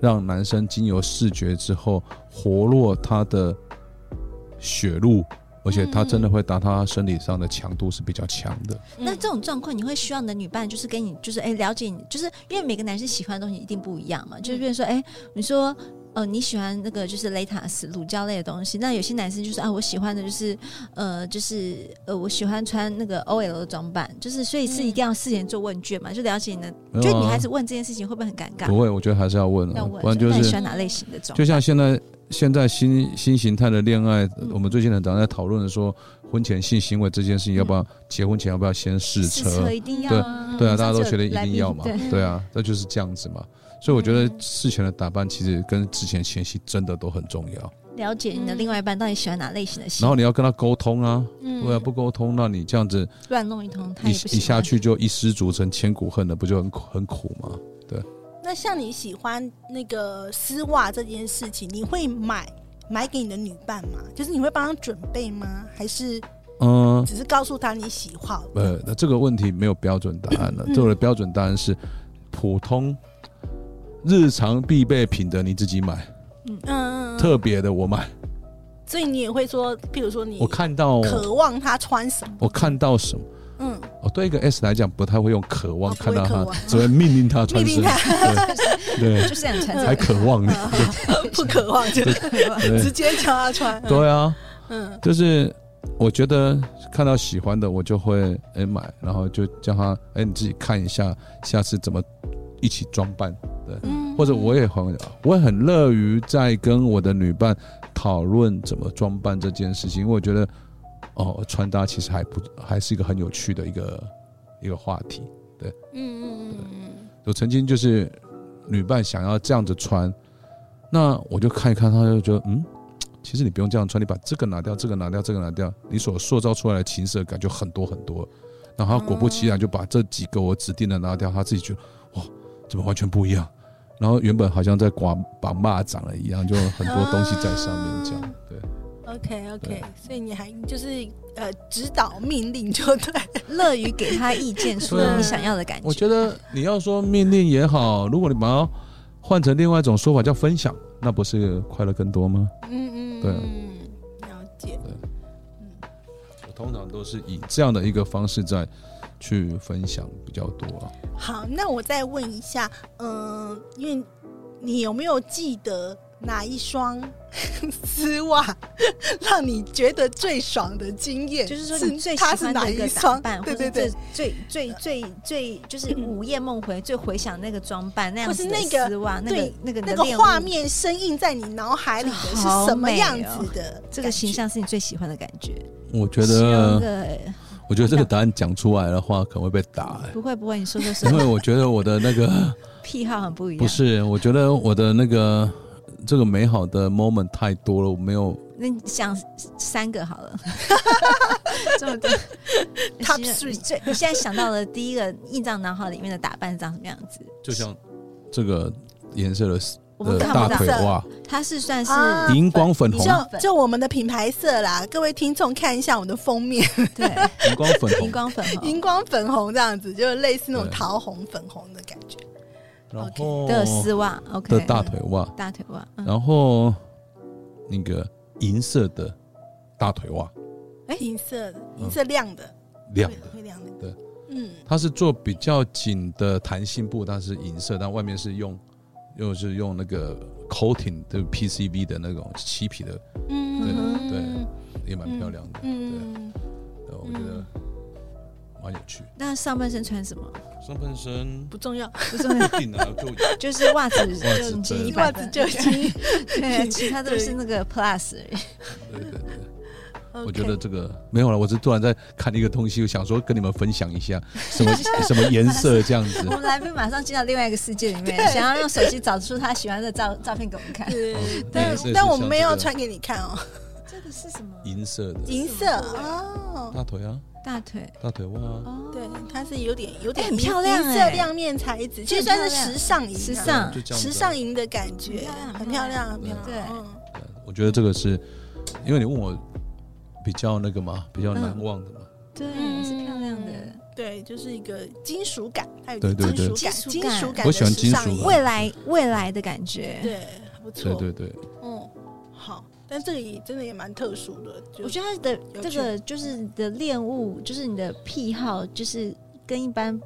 Speaker 1: 让男生经由视觉之后活络他的血路，而且
Speaker 2: 嗯
Speaker 1: 他真的会达到他身体上的强度是比较强的。
Speaker 3: 嗯
Speaker 2: 那这种状况，你会希望你的女伴就是跟你，就是哎、了解你，就是因为每个男生喜欢的东西一定不一样嘛。就是比如说，哎、你说，呃，你喜欢那个就是雷塔斯乳胶类的东西，那有些男生就是啊，我喜欢的就是，呃，就是呃，我喜欢穿那个 OL 的装扮，就是所以是一定要事前做问卷嘛，就了解你的。就女孩子问这件事情会不会很尴尬？
Speaker 1: 啊不会，我觉得还是要问
Speaker 2: 要
Speaker 1: 啊，
Speaker 2: 问，
Speaker 1: 不然就
Speaker 2: 那你
Speaker 1: 是
Speaker 2: 喜欢哪类型的装
Speaker 1: 就
Speaker 2: 扮？
Speaker 1: 像现在现在新新形态的恋爱，
Speaker 2: 嗯
Speaker 1: 我们最近很常在讨论说，婚前性行为这件事情，
Speaker 2: 嗯
Speaker 1: 要不要结婚前要不要先试
Speaker 2: 试
Speaker 1: 车？
Speaker 2: 车一定要啊，
Speaker 1: 对啊，
Speaker 2: 嗯
Speaker 1: 大家都
Speaker 2: 上次
Speaker 1: 觉得一
Speaker 2: 有来
Speaker 1: 定
Speaker 2: 宾
Speaker 1: 要嘛
Speaker 2: 对，嗯
Speaker 1: 对啊，那就是这样子嘛。所以我觉得事前的打扮其实跟之前前戏真的都很重要。
Speaker 2: 了解你的另外一半到底喜欢哪类型的型
Speaker 1: 然后，你要跟他沟通啊，
Speaker 3: 嗯
Speaker 1: 对啊，不沟通，那你这样子
Speaker 2: 乱弄一通，他
Speaker 1: 一
Speaker 2: 也不
Speaker 1: 一
Speaker 2: 喜
Speaker 1: 下
Speaker 2: 欢。
Speaker 1: 去就一失足成千古恨了，不就很苦很苦吗？
Speaker 3: 那像你喜欢那个丝袜这件事情，你会买买给你的女伴吗？就是你会帮她准备吗？还是
Speaker 1: 嗯，
Speaker 3: 只是告诉她你喜好？
Speaker 1: 呃，那这个问题没有标准答案了。
Speaker 3: 嗯
Speaker 1: 这我的标准答案是，普通日常必备品的你自己买，
Speaker 3: 嗯，嗯嗯
Speaker 1: 特别的我买。
Speaker 3: 所以你也会说，譬如说你
Speaker 1: 我看到
Speaker 3: 渴望她穿什么？
Speaker 1: 我看到什么，
Speaker 3: 嗯，
Speaker 1: 我对一个 S 来讲不太会用渴望
Speaker 3: 哦不
Speaker 1: 看
Speaker 3: 会
Speaker 1: 到
Speaker 3: 渴
Speaker 1: 它，
Speaker 3: 望
Speaker 1: 只会命令它穿
Speaker 3: 命
Speaker 1: 什
Speaker 3: 令嗯
Speaker 1: 么。对
Speaker 2: 就是想
Speaker 1: 对，
Speaker 2: 穿这
Speaker 3: 哎
Speaker 1: 还
Speaker 2: 个，
Speaker 1: 渴望呢。
Speaker 3: 不渴望就直
Speaker 1: 对
Speaker 3: 接叫她穿。嗯
Speaker 1: 对啊，
Speaker 3: 嗯
Speaker 1: 就是我觉得看到喜欢的我就会哎买，然后就叫他哎你自己看一下，下次怎么一起装扮。
Speaker 3: 嗯
Speaker 1: 或者我也很，我也很乐于在跟我的女伴讨论怎么装扮这件事情，因为我觉得，哦，穿搭其实还不还是一个很有趣的一个一个话题。
Speaker 3: 嗯嗯嗯嗯
Speaker 1: 我曾经就是女伴想要这样子穿，那我就看一看，她就觉得，嗯，其实你不用这样穿，你把这个拿掉，这个拿掉，这个拿掉，你所塑造出来的情色感就很多很多。然后她果不其然就把这几个我指定的拿掉，她自己觉得，哇，怎么完全不一样？然后原本好像在刮绑蚂蚱了一样，就很多东西在上面这样
Speaker 3: 啊。
Speaker 1: 对，
Speaker 3: ，OK OK，
Speaker 1: 对
Speaker 3: 所以你还就是呃指导命令就对，
Speaker 2: 乐于给他意见，除
Speaker 3: 啊
Speaker 2: 了你想要的感觉。
Speaker 1: 我觉得你要说命令也好，如果你把它换成另外一种说法叫分享，那不是快乐更多吗？
Speaker 3: 嗯嗯，
Speaker 1: 对啊
Speaker 3: 嗯，了解，
Speaker 1: 我通常都是以这样的一个方式在去分享比较多啊。
Speaker 3: 好，那我再问一下，嗯、因为你有没有记得哪一双丝袜让你觉得最爽的经验？
Speaker 2: 就是说，你最喜
Speaker 3: 它是
Speaker 2: 欢
Speaker 3: 哪
Speaker 2: 的一个
Speaker 3: 一
Speaker 2: 打
Speaker 3: 双？
Speaker 2: 扮，
Speaker 3: 对对
Speaker 2: 或者
Speaker 3: 对，嗯
Speaker 2: 最最最最最就是午夜梦回最回想那个装扮，那样子
Speaker 3: 或
Speaker 2: 的
Speaker 3: 是那个
Speaker 2: 丝袜，那
Speaker 3: 对
Speaker 2: 个那个你
Speaker 3: 那
Speaker 2: 的
Speaker 3: 个
Speaker 2: 恋物
Speaker 3: 画，面深印在你脑海里的是什么样子的感觉？
Speaker 2: 哦这个形象是你最喜欢的感觉。
Speaker 1: 我觉
Speaker 2: 形容
Speaker 1: 得，
Speaker 2: 的
Speaker 1: 我觉得这个答案讲出来的话，可能会被打、欸
Speaker 2: 不会不会，你说说什
Speaker 1: 因
Speaker 2: 么
Speaker 1: 为我觉得我的那 个
Speaker 2: 癖好很不一
Speaker 1: 不
Speaker 2: 样。
Speaker 1: 是，我觉得我的那个这个美好的 moment 太多了，我没有
Speaker 2: 那你想三个好 了，这么多
Speaker 3: Top
Speaker 2: 你
Speaker 3: three
Speaker 2: 最你现在想到的第一个印象脑海里面的打扮是长什么样子？
Speaker 1: 就像这个颜色的
Speaker 2: 我们
Speaker 1: 的
Speaker 2: 看
Speaker 1: 大
Speaker 2: 不
Speaker 1: 腿
Speaker 2: 到，
Speaker 1: 袜，
Speaker 2: 它是算是
Speaker 3: 呃啊
Speaker 1: 荧光粉
Speaker 2: 你
Speaker 1: 红
Speaker 2: 知，道
Speaker 3: 就就我们的品牌色啦，各位听众看一下我们的封面，
Speaker 2: 对
Speaker 1: 荧光粉红
Speaker 2: 荧。光粉红
Speaker 3: 荧光粉红这样子，就类似那种
Speaker 1: 对
Speaker 3: 桃红粉红的感觉。
Speaker 1: 然后
Speaker 2: 的丝袜，OK
Speaker 1: 的大腿袜，
Speaker 2: 大腿袜，嗯，
Speaker 1: 然后那个银色的大腿袜，
Speaker 3: 哎，银色的，银色亮的，
Speaker 1: 嗯亮
Speaker 3: 会
Speaker 1: 的。
Speaker 3: 会亮的，
Speaker 1: 对，
Speaker 3: 嗯。
Speaker 1: 它是做比较紧的弹性布，但是银色，但外面是用又是用那个 coating 的 PCV 的那种漆皮的，
Speaker 3: 嗯，
Speaker 1: 对也蛮漂亮的。
Speaker 3: 嗯，
Speaker 1: 对，我觉得蛮有趣。
Speaker 2: 那上半身穿什么
Speaker 1: 上半身
Speaker 3: 不重要，
Speaker 2: 不重要，
Speaker 1: 不定啊， 就
Speaker 2: 就是袜子
Speaker 1: 袜
Speaker 2: 就
Speaker 1: 子
Speaker 2: 已经
Speaker 1: 对
Speaker 2: 一百
Speaker 3: 袜子
Speaker 2: 分，
Speaker 3: 就行。
Speaker 2: 对，其他都是那个 plus 而已。
Speaker 1: 对对对， 我觉得这个没有了。我是突然在看一个东西，我想说跟你们分享一下什 么什么颜色这样子
Speaker 2: 我。们来宾马上进到另外一个世界里面
Speaker 3: 对，
Speaker 2: 想要用手机找出他喜欢的照照片给我们看。
Speaker 3: 对
Speaker 1: 哦
Speaker 3: 但
Speaker 1: 类似
Speaker 3: 但
Speaker 1: 是
Speaker 3: 我
Speaker 1: 像
Speaker 3: 没
Speaker 1: 这
Speaker 3: 有
Speaker 1: 个
Speaker 3: 穿给你看哦，
Speaker 2: 这个是什么？
Speaker 1: 银色的
Speaker 3: 银色哦，
Speaker 1: 大腿啊，
Speaker 2: 大腿
Speaker 1: 大腿袜，啊
Speaker 2: 哦，
Speaker 3: 对，它是有点有点
Speaker 2: 哎很漂亮
Speaker 3: 银银
Speaker 2: 哎
Speaker 3: 色亮面材质，其实
Speaker 2: 很
Speaker 3: 算是
Speaker 2: 漂亮
Speaker 3: 时尚银啊，
Speaker 2: 时尚
Speaker 1: 就这样子啊
Speaker 3: 时尚银的感觉，
Speaker 2: 很
Speaker 3: 很
Speaker 2: 漂
Speaker 3: 漂
Speaker 2: 亮
Speaker 3: 亮，很漂亮。
Speaker 2: 对
Speaker 3: 嗯
Speaker 1: 我觉得这个是，因为你问我比较那个嘛，比较难忘的嘛，
Speaker 2: 对，
Speaker 3: 嗯
Speaker 2: 是漂亮的。
Speaker 3: 对，就是一个金属感，它有
Speaker 1: 对
Speaker 3: 一
Speaker 1: 对
Speaker 3: 个
Speaker 1: 对
Speaker 3: 金属感，
Speaker 2: 金属感
Speaker 3: 金属感
Speaker 1: 我
Speaker 3: 的
Speaker 1: 喜欢
Speaker 3: 时尚
Speaker 1: 金属
Speaker 3: 银
Speaker 1: 感，
Speaker 2: 未来未来的感觉，
Speaker 3: 对，不错，
Speaker 1: 对对对，
Speaker 3: 嗯，好，但这个也真的也蛮特殊的，就
Speaker 2: 我觉得他的
Speaker 3: 有
Speaker 2: 这
Speaker 3: 趣
Speaker 2: 个就是你的恋物，就是你的癖好，就是跟一般。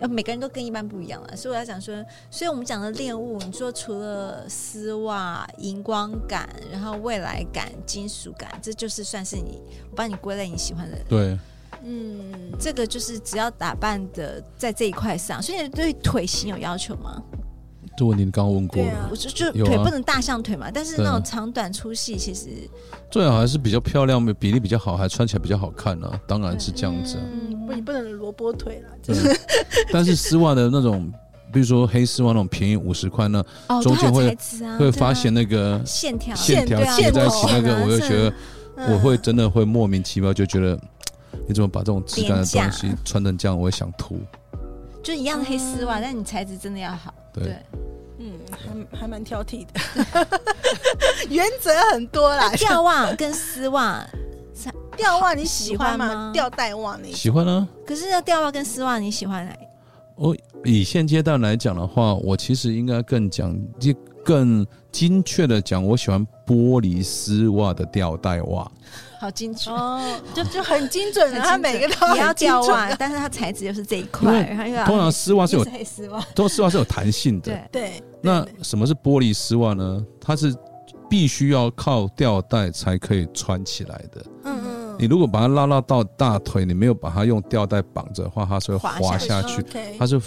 Speaker 2: 呃，每个人都跟一般不一样啊了，所以我要讲说，所以我们讲的恋物，你说除了丝袜、荧光感，然后未来感、金属感，这就是算是你，我帮你归类你喜欢的
Speaker 1: 对，
Speaker 3: 嗯，
Speaker 2: 这个就是只要打扮的在这一块上，所以你对腿型有要求
Speaker 3: 嗯
Speaker 2: 吗？
Speaker 1: 这问题你刚刚问过
Speaker 3: 对
Speaker 1: 了，
Speaker 3: 啊
Speaker 2: 我，就就
Speaker 1: 有啊
Speaker 2: 腿不能大象腿嘛，但是
Speaker 1: 对啊
Speaker 2: 那种长短粗细其实
Speaker 1: 最好还是比较漂亮，比例比较好，还穿起来比较好看啊，当然是这样子、啊。
Speaker 3: 嗯，不，你不能萝卜腿了，就
Speaker 1: 对
Speaker 3: 是，
Speaker 1: 但是丝袜的那种，比如说黑丝袜那种便宜五十块呢，
Speaker 2: 哦，
Speaker 1: 中间
Speaker 2: 都
Speaker 1: 会
Speaker 2: 还有材质啊，
Speaker 1: 会
Speaker 2: 对啊
Speaker 1: 发现那个
Speaker 2: 线条
Speaker 1: 线条
Speaker 3: 对啊嗯
Speaker 1: 贴在一起，那
Speaker 2: 线
Speaker 1: 个
Speaker 2: 啊
Speaker 1: 我就觉得我会真的会莫名其妙就觉得，你怎么把这种质感的
Speaker 2: 廉
Speaker 1: 东
Speaker 2: 价
Speaker 1: 西穿成这样，我也想吐。
Speaker 2: 就一样的黑丝袜，
Speaker 3: 嗯
Speaker 2: 但你材质真的要好。
Speaker 1: 对，
Speaker 3: 嗯，嗯还还蛮挑剔的， 原则很多啦
Speaker 2: 那。吊袜跟丝袜，
Speaker 3: 吊袜你喜
Speaker 2: 喜
Speaker 3: 欢
Speaker 2: 欢吗
Speaker 3: 吗？吊带袜那一种
Speaker 1: 喜欢啊。
Speaker 2: 可是要吊袜跟丝袜，你喜欢哪一？
Speaker 1: 以现阶段来讲的话，我其实应该更讲，就更精确的讲，我喜欢玻璃丝袜的吊带袜。
Speaker 2: 好精确。
Speaker 3: 哦，就就很精准
Speaker 2: 很
Speaker 3: 的，
Speaker 2: 精
Speaker 3: 它
Speaker 2: 准
Speaker 3: 每个都
Speaker 2: 也要
Speaker 3: 很精
Speaker 2: 吊
Speaker 3: 准
Speaker 2: 袜
Speaker 3: 的，
Speaker 2: 但是它材质又是这一
Speaker 1: 因
Speaker 2: 块，
Speaker 1: 为
Speaker 2: 然后又要
Speaker 1: 通常丝袜是 有
Speaker 2: 又，黑丝袜，
Speaker 1: 都丝袜是有弹性的。
Speaker 2: 对，
Speaker 3: 对，
Speaker 1: 那
Speaker 3: 对
Speaker 1: 什么是玻璃丝袜呢？它是必须要靠吊带才可以穿起来的。
Speaker 3: 嗯
Speaker 1: 你如果把它拉拉到大腿，你没有把它用吊带绑着的话，它是会
Speaker 2: 滑
Speaker 1: 滑
Speaker 2: 下
Speaker 1: 下去。
Speaker 3: ，OK，
Speaker 1: 它是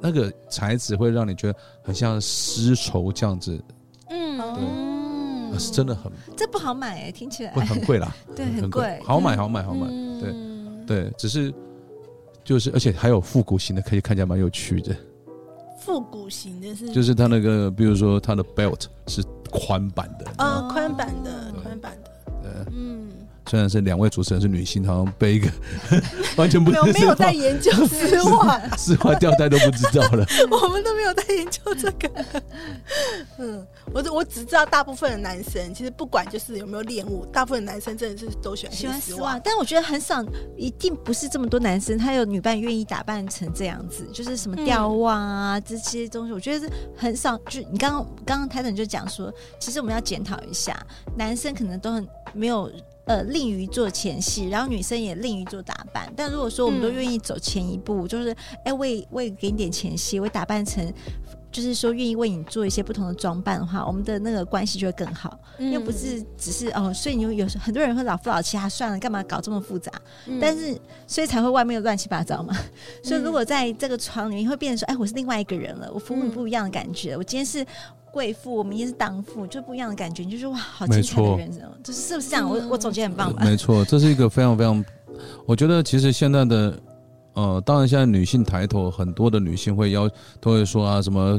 Speaker 1: 那个材质会让你觉得很像丝绸这样子，呃
Speaker 3: 嗯，
Speaker 2: 嗯
Speaker 1: 是真的很
Speaker 2: 这不好买哎，听起来
Speaker 1: 不很贵啦，
Speaker 2: 对很
Speaker 1: 很
Speaker 2: 贵，
Speaker 1: 好买好买好买。对
Speaker 2: 嗯
Speaker 3: 对，
Speaker 1: 对，只是就是，而且还有复古型的，可以看起来蛮有趣的。
Speaker 3: 嗯复古型的是，
Speaker 1: 就是它那个，比如说它的 belt 是宽版的，
Speaker 2: 哦
Speaker 3: 呃，宽版的，
Speaker 1: 对
Speaker 3: 宽版的，
Speaker 1: 呃，
Speaker 3: 嗯，
Speaker 1: 虽然是两位主持人是女性，好像背一 个完全不
Speaker 3: 没有没
Speaker 1: 丝
Speaker 3: 有
Speaker 1: 袜
Speaker 3: 在 研究丝袜，
Speaker 1: 丝袜吊带都不知道 了。
Speaker 3: 我们都没有在研究这个。嗯，我只我只知道大部分的男生，其实不管就是有没有恋物，大部分的男生真的是都喜
Speaker 2: 喜
Speaker 3: 欢
Speaker 2: 欢
Speaker 3: 黑
Speaker 2: 丝
Speaker 3: 丝
Speaker 2: 袜，
Speaker 3: 袜。
Speaker 2: 但我觉得很少，一定不是这么多男生，他有女伴愿意打扮成这样子，就是什么吊袜啊、这些东西，我觉得是很少。就你刚刚刚刚台长就讲说，其实我们要检讨一下，男生可能都很没有。呃，吝于做前戏，然后女生也吝于做打扮。但如果说我们都
Speaker 3: 嗯
Speaker 2: 愿意走前一步，就是哎，我也我也给你点前戏，我也打扮成，就是说愿意为你做一些不同的装扮的话，我们的那个关系就会更好。
Speaker 3: 嗯
Speaker 2: 又不是只是哦，所以你有有时候很多人会老夫老妻啊，算了，干嘛搞这么复杂？
Speaker 3: 嗯，
Speaker 2: 但是所以才会外面乱七八糟 嘛。所以如果在这个床里面，会变成说，哎，我是另外一个人了，我服务你
Speaker 3: 嗯
Speaker 2: 不一样的感觉，我今天是。贵妇，我明天是荡妇，就不一样的感觉，你就是哇，好
Speaker 1: 没
Speaker 2: 精彩的
Speaker 1: 错
Speaker 2: 人生哦，就是是不是这样？我
Speaker 3: 嗯
Speaker 2: 我总结很棒吧？
Speaker 1: 没错，这是一个非常非常，我觉得其实现在的。呃，当然，现在女性抬头，很多的女性会要都会说啊，什么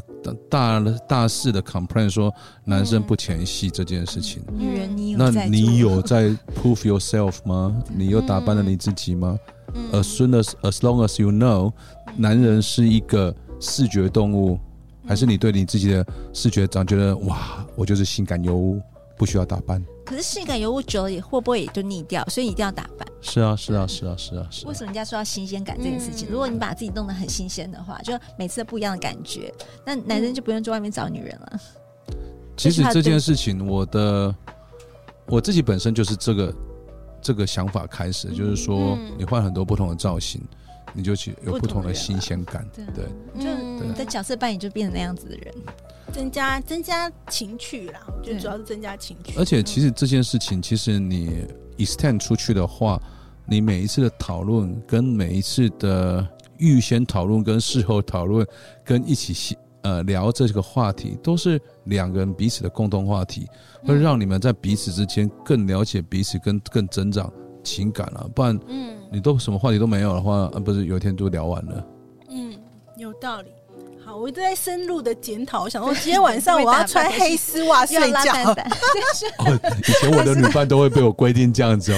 Speaker 1: 大大大肆的 complain 说男生不前戏这件事情。
Speaker 2: 女人，你有
Speaker 1: 那
Speaker 2: 在
Speaker 1: 你
Speaker 2: 做
Speaker 1: 有在 prove yourself 吗？你又打扮了你自己 吗、a
Speaker 2: 嗯
Speaker 1: s soon as as long as you know，男人是一个视觉动物，还是你对你自己的视觉长觉得哇，我就是性感尤物，不需要打扮？
Speaker 2: 可是性感尤物久了也会不会也就腻掉？所以一定要打扮。
Speaker 1: 是啊，是啊，是啊，是啊，是啊
Speaker 2: 为。什么人家说要新鲜感这件事情？
Speaker 3: 嗯
Speaker 2: 如果你把自己弄得很新鲜的话，就每次都不一样的感觉，那男生就不用去外面找女人了。
Speaker 1: 其实这件事情，我的我自己本身就是这个这个想法开始，就是说
Speaker 3: 嗯
Speaker 1: 你换很多不同的造型，你就去有
Speaker 2: 不
Speaker 1: 不同
Speaker 2: 同的
Speaker 1: 的
Speaker 2: 人
Speaker 1: 新
Speaker 2: 啊
Speaker 1: 鲜感。
Speaker 2: 对啊
Speaker 1: 对，
Speaker 2: 就
Speaker 3: 嗯
Speaker 2: 你的角色扮演就变成那样子的人，
Speaker 3: 增加增加情趣啦，我觉
Speaker 2: 对
Speaker 3: 得主要是增加情趣。嗯
Speaker 1: 而且其实这件事情，其实你 extend 出去的话，你每一次的讨论跟每一次的预先讨论跟事后讨论跟一起细呃聊这个话题，都是两个人彼此的共同话题，会让你们在彼此之间更了解彼此，跟更增长情感啊。不然
Speaker 3: 嗯
Speaker 1: 啊你都什么话题都没有的话，呃、不是有一天就聊完了。
Speaker 3: 嗯，有道理。好，我一直在深入的检讨，我想说今天晚上我要穿黑丝袜啊睡
Speaker 2: 要拉
Speaker 3: 觉
Speaker 2: 蛋。蛋，
Speaker 1: 哦， 以前我的女伴都会被我规定这样子哦，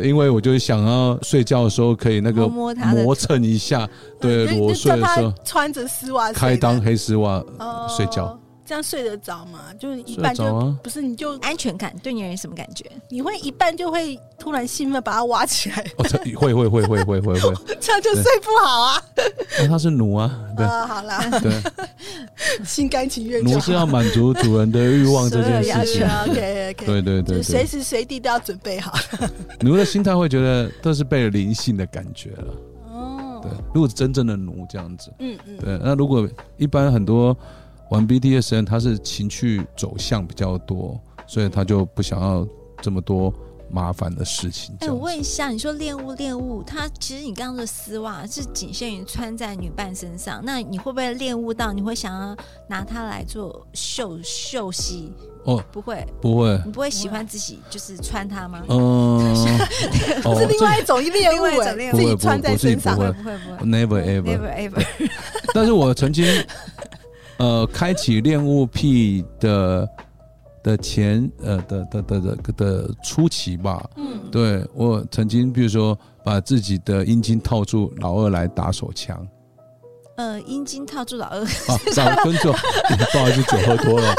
Speaker 1: 因为我就想要睡觉的时候可以那个
Speaker 2: 摸摸她的
Speaker 1: 磨蹭一 下，对，
Speaker 3: 就
Speaker 1: 裸
Speaker 3: 就
Speaker 1: 睡
Speaker 3: 叫
Speaker 1: 的时
Speaker 3: 他
Speaker 1: 候
Speaker 3: 穿着丝袜睡
Speaker 1: 开
Speaker 3: 的
Speaker 1: 裆黑丝袜
Speaker 3: 哦
Speaker 1: 睡觉，
Speaker 3: 这样睡得着吗？就是一
Speaker 1: 睡
Speaker 3: 半
Speaker 1: 得
Speaker 3: 就
Speaker 1: 着啊。
Speaker 3: 不是，你就
Speaker 2: 安全感对你而言什么感觉？
Speaker 3: 你会一半就会突然兴奋把它挖 起来，
Speaker 1: 哦，这会会会会会 会会，
Speaker 3: 这样就睡不好啊。
Speaker 1: 那他是奴啊，对
Speaker 3: 啊，好 啦，
Speaker 1: 对，
Speaker 3: 心甘情愿就
Speaker 1: 奴
Speaker 3: 好
Speaker 1: 是要满足主人的 欲望这件
Speaker 2: 所有要
Speaker 1: 事
Speaker 2: 求
Speaker 1: 情，
Speaker 3: OK OK，
Speaker 1: 对对
Speaker 3: 啊就
Speaker 1: 对
Speaker 3: 是随
Speaker 1: 对，
Speaker 3: 时随地都要准备好。
Speaker 1: 奴的心态会觉得这是被灵性的感觉了，
Speaker 3: 哦
Speaker 1: 对，，如果是真正的奴这样子。
Speaker 3: 嗯嗯，
Speaker 1: 对，那如果一般很多玩 BDSN，他是情绪走向比较多，所以他就不想要这么多麻烦的事情。
Speaker 2: 哎、
Speaker 1: 这样
Speaker 2: 我
Speaker 1: 子
Speaker 2: 问一下，你说恋物恋物，它其实你刚刚的丝袜是仅限于穿在女伴身上，那你会不会恋物到你会想要拿它来做秀秀息？
Speaker 1: 哦，
Speaker 2: 不会，
Speaker 1: 不会，
Speaker 2: 你不会喜欢自己就是穿它吗？
Speaker 1: 嗯、 哦，
Speaker 3: 是另外一种猎
Speaker 2: 另
Speaker 3: 物
Speaker 2: 外一种
Speaker 3: 欸，
Speaker 2: 猎
Speaker 1: 物
Speaker 3: 自
Speaker 1: 不
Speaker 3: 己
Speaker 1: 会不
Speaker 3: 穿
Speaker 1: 会
Speaker 3: 在
Speaker 1: 我自己
Speaker 3: 身上
Speaker 1: 哦不。会
Speaker 2: 不会不
Speaker 1: 这
Speaker 2: 会
Speaker 1: never ever。
Speaker 2: ，never ever。
Speaker 1: 但是我曾经呃，开启恋物癖的的前呃的的的的的初期吧，
Speaker 3: 嗯，
Speaker 1: 对我曾经比如说把自己的阴茎套住老二来打手 枪。
Speaker 2: 呃，阴茎套住老二，
Speaker 1: 啊，老公就 不好意思，酒喝多 了，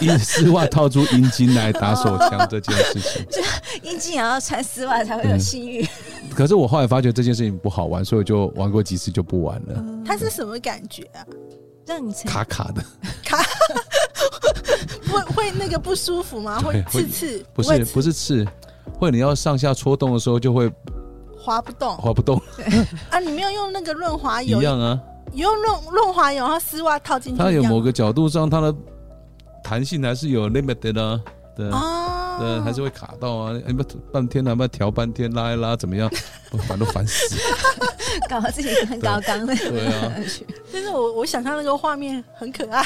Speaker 1: 一一丝袜套住阴茎来打手枪这件事情。
Speaker 2: 阴茎也要穿丝袜才会
Speaker 1: 嗯
Speaker 2: 有性欲。
Speaker 1: 可是我后来发觉这件事情不好玩，所以我就玩过几次就不玩了，
Speaker 2: 嗯
Speaker 3: 它是什么感觉啊？
Speaker 2: 让你成
Speaker 1: 卡卡的，
Speaker 3: 会会那个不舒服吗？
Speaker 1: 对
Speaker 3: 会
Speaker 1: 会
Speaker 3: 刺刺？
Speaker 1: 不
Speaker 3: 会
Speaker 1: 是不是刺，或者你要上下戳动的时候就会
Speaker 3: 滑不动
Speaker 1: 滑不动，
Speaker 3: 啊！你没哎有用那个润滑
Speaker 1: 哦一
Speaker 3: 油，
Speaker 1: 样啊。
Speaker 3: 你用润润滑油，然后丝袜套进去一样，
Speaker 1: 它有某个角度上，它的弹性还是有 limited 的、啊，对。
Speaker 3: 哦，
Speaker 1: 对，还是会卡到啊！你不半天啊，不调半天，拉一拉怎么 样？我烦都烦死了。
Speaker 2: 搞自己很高刚的。
Speaker 1: 对 啊，
Speaker 3: 但是我我想象那个画面很可爱，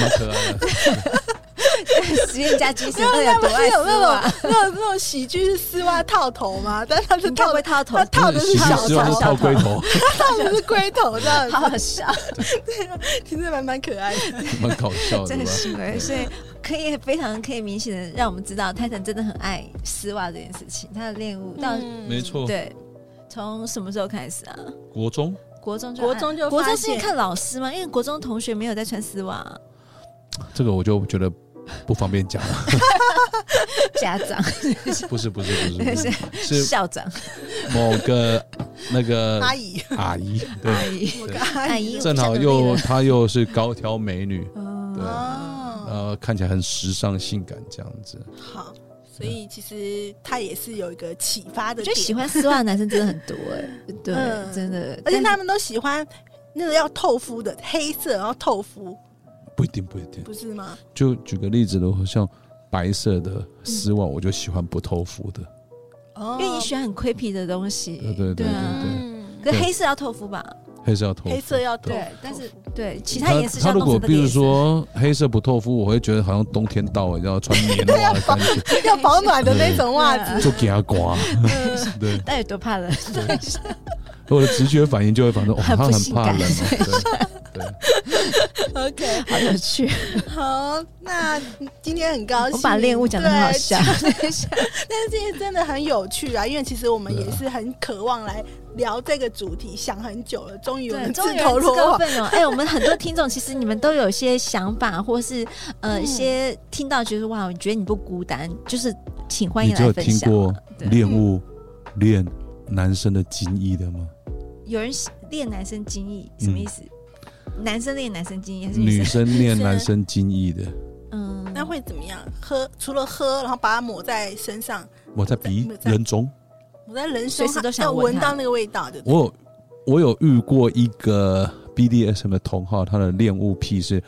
Speaker 1: 蛮可爱的。
Speaker 2: 实验家精神
Speaker 3: 因
Speaker 2: 到底
Speaker 3: 为
Speaker 2: 有
Speaker 3: 不
Speaker 2: 多爱啊
Speaker 3: 是有
Speaker 2: 丝
Speaker 3: 那
Speaker 2: 袜
Speaker 3: 种？那种那种喜剧是丝袜套头吗？ 但 它是
Speaker 2: 你该
Speaker 3: 套
Speaker 2: 不会
Speaker 3: 的，
Speaker 2: 套头
Speaker 3: 它？套的
Speaker 1: 喜
Speaker 3: 是
Speaker 1: 剧
Speaker 3: 小
Speaker 1: 之外
Speaker 3: 头，
Speaker 1: 是啊套龟头，
Speaker 3: 套的是龟头这样子，
Speaker 2: 好好笑，
Speaker 3: 其实蛮蛮可爱的。
Speaker 1: 蛮搞笑
Speaker 2: 这
Speaker 1: 的
Speaker 2: 个
Speaker 1: 吧？
Speaker 2: 行为，所以可以非常可以明显的让我们知道，泰坦真的很爱丝袜这件事情，他的恋物
Speaker 3: 嗯
Speaker 2: 到
Speaker 1: 没，错，
Speaker 2: 对，从什么时候开始啊？
Speaker 1: 国中
Speaker 2: 国中就
Speaker 3: 国
Speaker 2: 爱
Speaker 3: 中就
Speaker 2: 国
Speaker 3: 发
Speaker 2: 中是
Speaker 3: 现
Speaker 2: 看老师吗？因为国中同学没有在穿丝袜啊，
Speaker 1: 这个我就觉得不方便讲 了。
Speaker 2: 家长
Speaker 1: 不是不是不是 不是，是
Speaker 2: 校长
Speaker 1: 某个那个
Speaker 3: 阿姨，
Speaker 1: 阿姨，
Speaker 2: 阿
Speaker 1: 对，
Speaker 2: 姨
Speaker 3: 我跟阿
Speaker 2: 阿
Speaker 3: 姨
Speaker 2: 姨，
Speaker 1: 正好又她又是高挑美 女，对
Speaker 2: 哦，
Speaker 3: 哦，
Speaker 1: 呃，看起来很时尚性感这样子。
Speaker 3: 好，所以其实它也是有一个启发
Speaker 2: 我
Speaker 3: 的
Speaker 2: 觉
Speaker 3: 点
Speaker 2: 得，喜欢丝袜的男生真的很多哎，对
Speaker 3: 嗯，
Speaker 2: 真的，
Speaker 3: 而且
Speaker 2: 但
Speaker 3: 他们都喜欢那个要透肤的黑色，然后透肤，
Speaker 1: 不一定不一定，
Speaker 3: 不是吗？
Speaker 1: 就举个例子的话，像白色的丝袜，我就喜欢不透肤的。
Speaker 3: 哦
Speaker 2: 因为你喜欢很 creepy 的东西，
Speaker 1: 对对对
Speaker 2: 啊
Speaker 1: 对
Speaker 3: 嗯
Speaker 2: 可是
Speaker 1: 对
Speaker 2: 黑色要透肤吧？
Speaker 1: 黑色要透肤，
Speaker 3: 黑色要透
Speaker 2: 对
Speaker 3: 肤，
Speaker 2: 但是
Speaker 3: 透肤
Speaker 2: 对，其他
Speaker 1: 他
Speaker 2: 颜色
Speaker 1: 他
Speaker 2: 像
Speaker 1: 如果
Speaker 2: 弄成这
Speaker 1: 比如
Speaker 2: 个颜色
Speaker 1: 说黑色不透肤，我会觉得好像冬天到了，要穿棉啊
Speaker 2: 啊
Speaker 1: 袜的感觉，
Speaker 3: 要保暖的那种袜
Speaker 2: 对
Speaker 3: 子
Speaker 2: 啊。
Speaker 1: 就给他刮。对，
Speaker 2: 到底多怕 冷？
Speaker 1: 我的直觉反应就会反正哦，
Speaker 2: 很
Speaker 1: 他
Speaker 2: 不
Speaker 1: 很
Speaker 2: 性
Speaker 1: 怕
Speaker 2: 感
Speaker 1: 冷 哦，对对，
Speaker 3: OK，
Speaker 2: 好有趣，
Speaker 3: 好，那今天很高兴，
Speaker 2: 我把恋物讲的很好
Speaker 3: 对
Speaker 2: 笑。
Speaker 3: 但是今 天真的很有趣啊，因为其实我们
Speaker 1: 对啊
Speaker 3: 也是很渴望来聊这个主题，想很久了，终于有
Speaker 2: 对，
Speaker 3: 人
Speaker 2: 终
Speaker 3: 自
Speaker 2: 于有
Speaker 3: 投
Speaker 2: 人
Speaker 3: 罗
Speaker 2: 自告
Speaker 3: 网。
Speaker 2: 奋勇。哎，我们很多听众其实你们都有一些想法，或是呃
Speaker 3: 嗯
Speaker 2: 一些听到觉得哇，我觉得你不孤单，就是请欢
Speaker 1: 你
Speaker 2: 迎
Speaker 1: 只有
Speaker 2: 来分
Speaker 1: 听
Speaker 2: 享
Speaker 1: 过
Speaker 2: 啊。对
Speaker 1: 练物练男生的精液的吗？
Speaker 2: 有人练男生精液什么意思？男生练男生精液嗯还是
Speaker 1: 嗯
Speaker 2: 啊
Speaker 1: 女
Speaker 2: 女生？
Speaker 1: 生练男生精液的，
Speaker 2: 嗯，
Speaker 3: 那会怎么样？喝除了喝，然后把它抹在身上，
Speaker 1: 我在鼻
Speaker 3: 在在
Speaker 1: 人中，
Speaker 3: 抹在人身
Speaker 2: 随时
Speaker 3: 上，
Speaker 2: 都想
Speaker 3: 要
Speaker 2: 闻
Speaker 3: 闻
Speaker 2: 它
Speaker 3: 到那个味道，对不对？
Speaker 1: 我有我有遇过一个 BDSM 的同号，他的练物癖是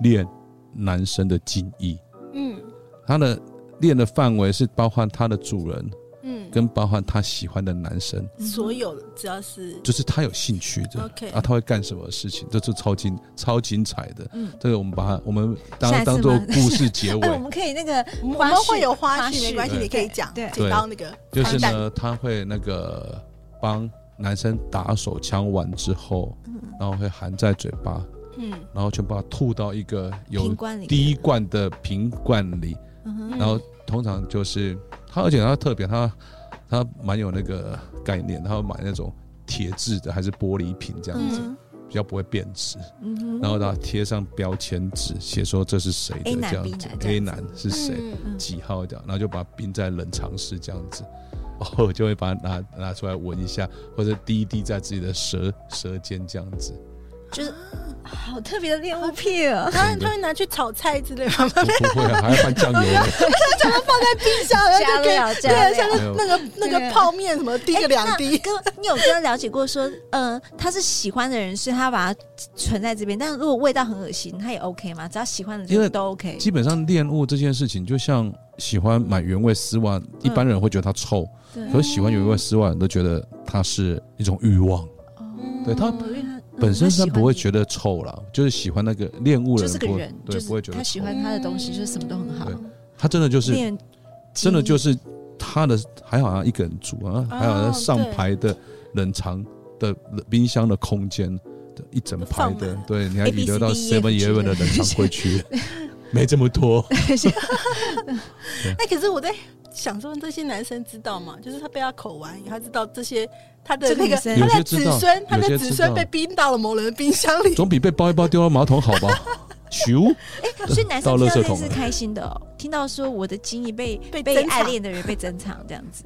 Speaker 1: 练男生的精液，
Speaker 3: 嗯
Speaker 1: 他的练的范围是包含他的主人
Speaker 3: 嗯，
Speaker 1: 跟包含他喜欢的男生，
Speaker 3: 所有的只要是
Speaker 1: 就是他有兴趣的
Speaker 3: OK
Speaker 1: 啊，他会干什么事情，这是超精超精彩的。
Speaker 2: 嗯
Speaker 1: 这个我们把它我们
Speaker 2: 下
Speaker 1: 当
Speaker 2: 一次
Speaker 1: 当做
Speaker 2: 吗
Speaker 1: 故事结
Speaker 2: 哎，我
Speaker 1: 尾。
Speaker 2: 们 可以那个
Speaker 3: 我们
Speaker 2: 花絮
Speaker 3: 会有花
Speaker 2: 花絮
Speaker 3: 絮，没关系，
Speaker 1: 对
Speaker 3: 你可以讲，
Speaker 2: 对
Speaker 3: 剪到那个
Speaker 1: 就是呢，他会那个帮男生打手枪完之后，
Speaker 2: 嗯
Speaker 1: 然后会含在嘴巴，
Speaker 3: 嗯，
Speaker 1: 然后全部把它吐到一个有
Speaker 2: 瓶罐里
Speaker 1: 滴罐的瓶罐里，
Speaker 2: 嗯哼
Speaker 3: 嗯
Speaker 1: 然后通常就是它，而且它特别，它它蛮有那个概念，它会买那种铁质的还是玻璃瓶这样子，
Speaker 2: 嗯
Speaker 1: 比较不会变质。
Speaker 2: 嗯哼，
Speaker 1: 然后它贴上标签纸，写说这是谁的
Speaker 2: A 男
Speaker 1: 这样子
Speaker 2: B 男这样子
Speaker 1: ，A 男是谁，
Speaker 3: 嗯
Speaker 2: 嗯
Speaker 1: 几号这样，然后就把它冰在冷藏室这样子。 哦，就会把它拿拿出来闻一下，或者滴一滴在自己的舌舌尖这 样子。
Speaker 2: 就是好特别的恋物癖哦。
Speaker 3: 他他会拿去炒菜之类 吗？
Speaker 1: 我不会啊，还要拌酱油嘞。
Speaker 3: 冰箱然后就
Speaker 2: 加
Speaker 3: 可以
Speaker 2: 料加料
Speaker 3: 对，啊像是那个那
Speaker 2: 对啊哎
Speaker 3: 个泡面什么滴个两滴，
Speaker 2: 跟你有跟他了解过说，呃，他是喜欢的人，是他把它存在这边，但如果味道很恶心，他也 OK 吗？只要喜欢的
Speaker 1: 因为
Speaker 2: 人都 OK。
Speaker 1: 基本上恋物这件事情，就像喜欢买原味丝袜，一般人会觉得它臭，
Speaker 2: 对
Speaker 1: 可是喜欢原味丝袜，人都觉得它是一种欲望，
Speaker 2: 哦
Speaker 1: 对他
Speaker 2: 因为他
Speaker 1: 本身他不会
Speaker 2: 得。
Speaker 1: 觉得臭啦，就是喜欢那个恋物的
Speaker 2: 就是
Speaker 1: 人
Speaker 2: 个
Speaker 1: 不
Speaker 2: 人
Speaker 1: 会，，
Speaker 2: 就
Speaker 1: 对，不会
Speaker 2: 是
Speaker 1: 觉
Speaker 2: 他
Speaker 1: 得
Speaker 2: 喜
Speaker 1: 臭。
Speaker 2: 欢他的东西，就是什么都很好
Speaker 1: 对。他真的就是
Speaker 2: 恋
Speaker 1: 真的就是是他的，还好像一个人住啊，还好像上
Speaker 3: 对
Speaker 1: 排的冷藏的冰箱的空间。的一整排
Speaker 3: 放
Speaker 1: 的
Speaker 3: 满，
Speaker 1: 对，你还
Speaker 2: A, B,
Speaker 1: 遗留
Speaker 2: C,
Speaker 1: 到
Speaker 2: D, E, F,
Speaker 1: Seven
Speaker 2: G 的
Speaker 1: Eleven 的冷藏柜 区，没这么多。
Speaker 3: 哎，可是我在想说，这些男生知道吗？就是他被他口完以后，他知道这些他
Speaker 2: 嗯
Speaker 3: 的
Speaker 2: 这个
Speaker 3: 那
Speaker 1: 有些
Speaker 2: 女生
Speaker 3: 个他的
Speaker 1: 知
Speaker 3: 子
Speaker 1: 道
Speaker 3: 孙，他
Speaker 1: 有些
Speaker 3: 的
Speaker 1: 知
Speaker 3: 子孙
Speaker 1: 道
Speaker 3: 被冰到了某人的冰箱里。
Speaker 1: 总比被包一包丢到马桶好 吧？咻，
Speaker 2: 哎所以男
Speaker 1: 到
Speaker 2: 生听
Speaker 1: 垃圾
Speaker 2: 到这
Speaker 1: 桶
Speaker 2: 是
Speaker 1: 了
Speaker 2: 开心的哦，听到说我的经历被
Speaker 3: 被
Speaker 2: 被
Speaker 3: 珍藏
Speaker 2: 爱恋的人被珍藏这样子，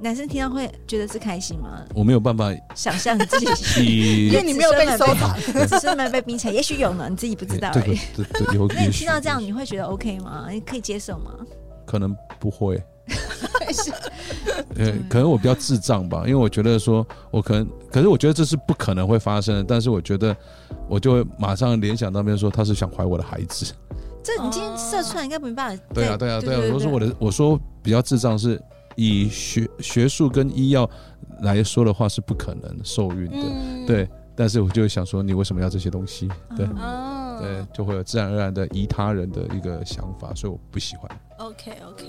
Speaker 2: 男生听到会觉得是开心吗？
Speaker 1: 我没有办 法
Speaker 2: 想象你自己
Speaker 1: 以
Speaker 3: 因为 你没有被收藏，
Speaker 2: 只是没有被冰起来，也许有呢，你自己不知道
Speaker 1: 这
Speaker 2: 而
Speaker 1: 个
Speaker 2: 已。
Speaker 1: 这这 有
Speaker 2: 那你
Speaker 1: 哎也
Speaker 2: 听
Speaker 1: 许
Speaker 2: 到这样，你会觉得 OK 吗？你可以接受吗？
Speaker 1: 可能不会，
Speaker 2: 是
Speaker 1: 呃，可能我比较智障吧，因为我觉得说，我可能，可是我觉得这是不可能会发生的，但是我觉得我就会马上联想到边说他是想怀我的孩 子，
Speaker 2: 这你
Speaker 3: 哦
Speaker 2: 今天射出来应该没办法。
Speaker 1: 对啊，对啊，对啊，我
Speaker 2: 对
Speaker 1: 说我的，我说比较智障是以学学术跟医药来说的话是不可能受孕的，
Speaker 3: 嗯，
Speaker 1: 对，但是我就想说你为什么要这些东西？对。
Speaker 2: 嗯
Speaker 3: 哦，
Speaker 1: 对，就会有自然而然的依他人的一个想法，所以我不喜欢。
Speaker 3: OK OK，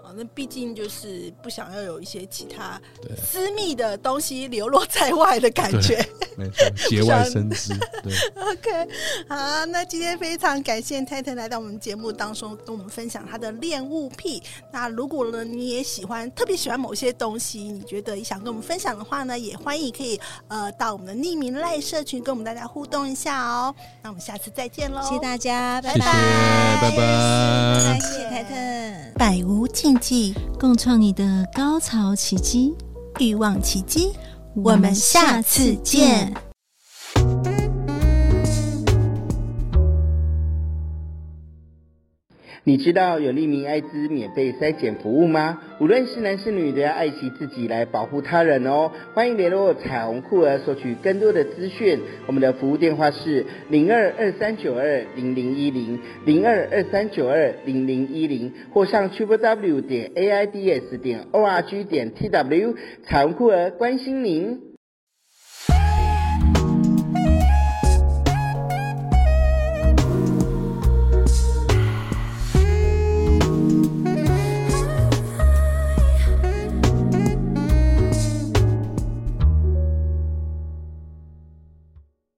Speaker 3: 好，那毕竟就是不想要有一些其他
Speaker 1: 对
Speaker 3: 私密的东西流落在外的感觉。
Speaker 1: 没错， 节外生枝。对，
Speaker 3: OK，好， 那今天非常感谢 Titan 来到我们节目当中，跟我们分享他的恋物癖。那如果呢你也喜欢，特别喜欢某些东西，你觉得也想跟我们分享的话呢，也欢迎可以呃到我们的匿名赖社群跟我们大家互动一下哦。那我们下次再见喽，
Speaker 2: 谢谢大家，拜
Speaker 1: 谢谢，啊拜
Speaker 2: 拜
Speaker 1: 拜。
Speaker 2: 谢谢台腾，
Speaker 3: 百无禁忌，
Speaker 2: 共创你的高潮奇迹。
Speaker 3: 欲望奇迹。
Speaker 2: 我们下次见。
Speaker 4: 你知道有利民艾滋免费筛检服务吗？无论是男是女，都要爱惜自己来保护他人哦。欢迎联络彩虹酷儿索取更多的资讯。我们的服务电话是零二二三九二零零一零零二二三九二零零一零，或上 triple w 点 aids 点 org 点 tw。彩虹酷儿关心您。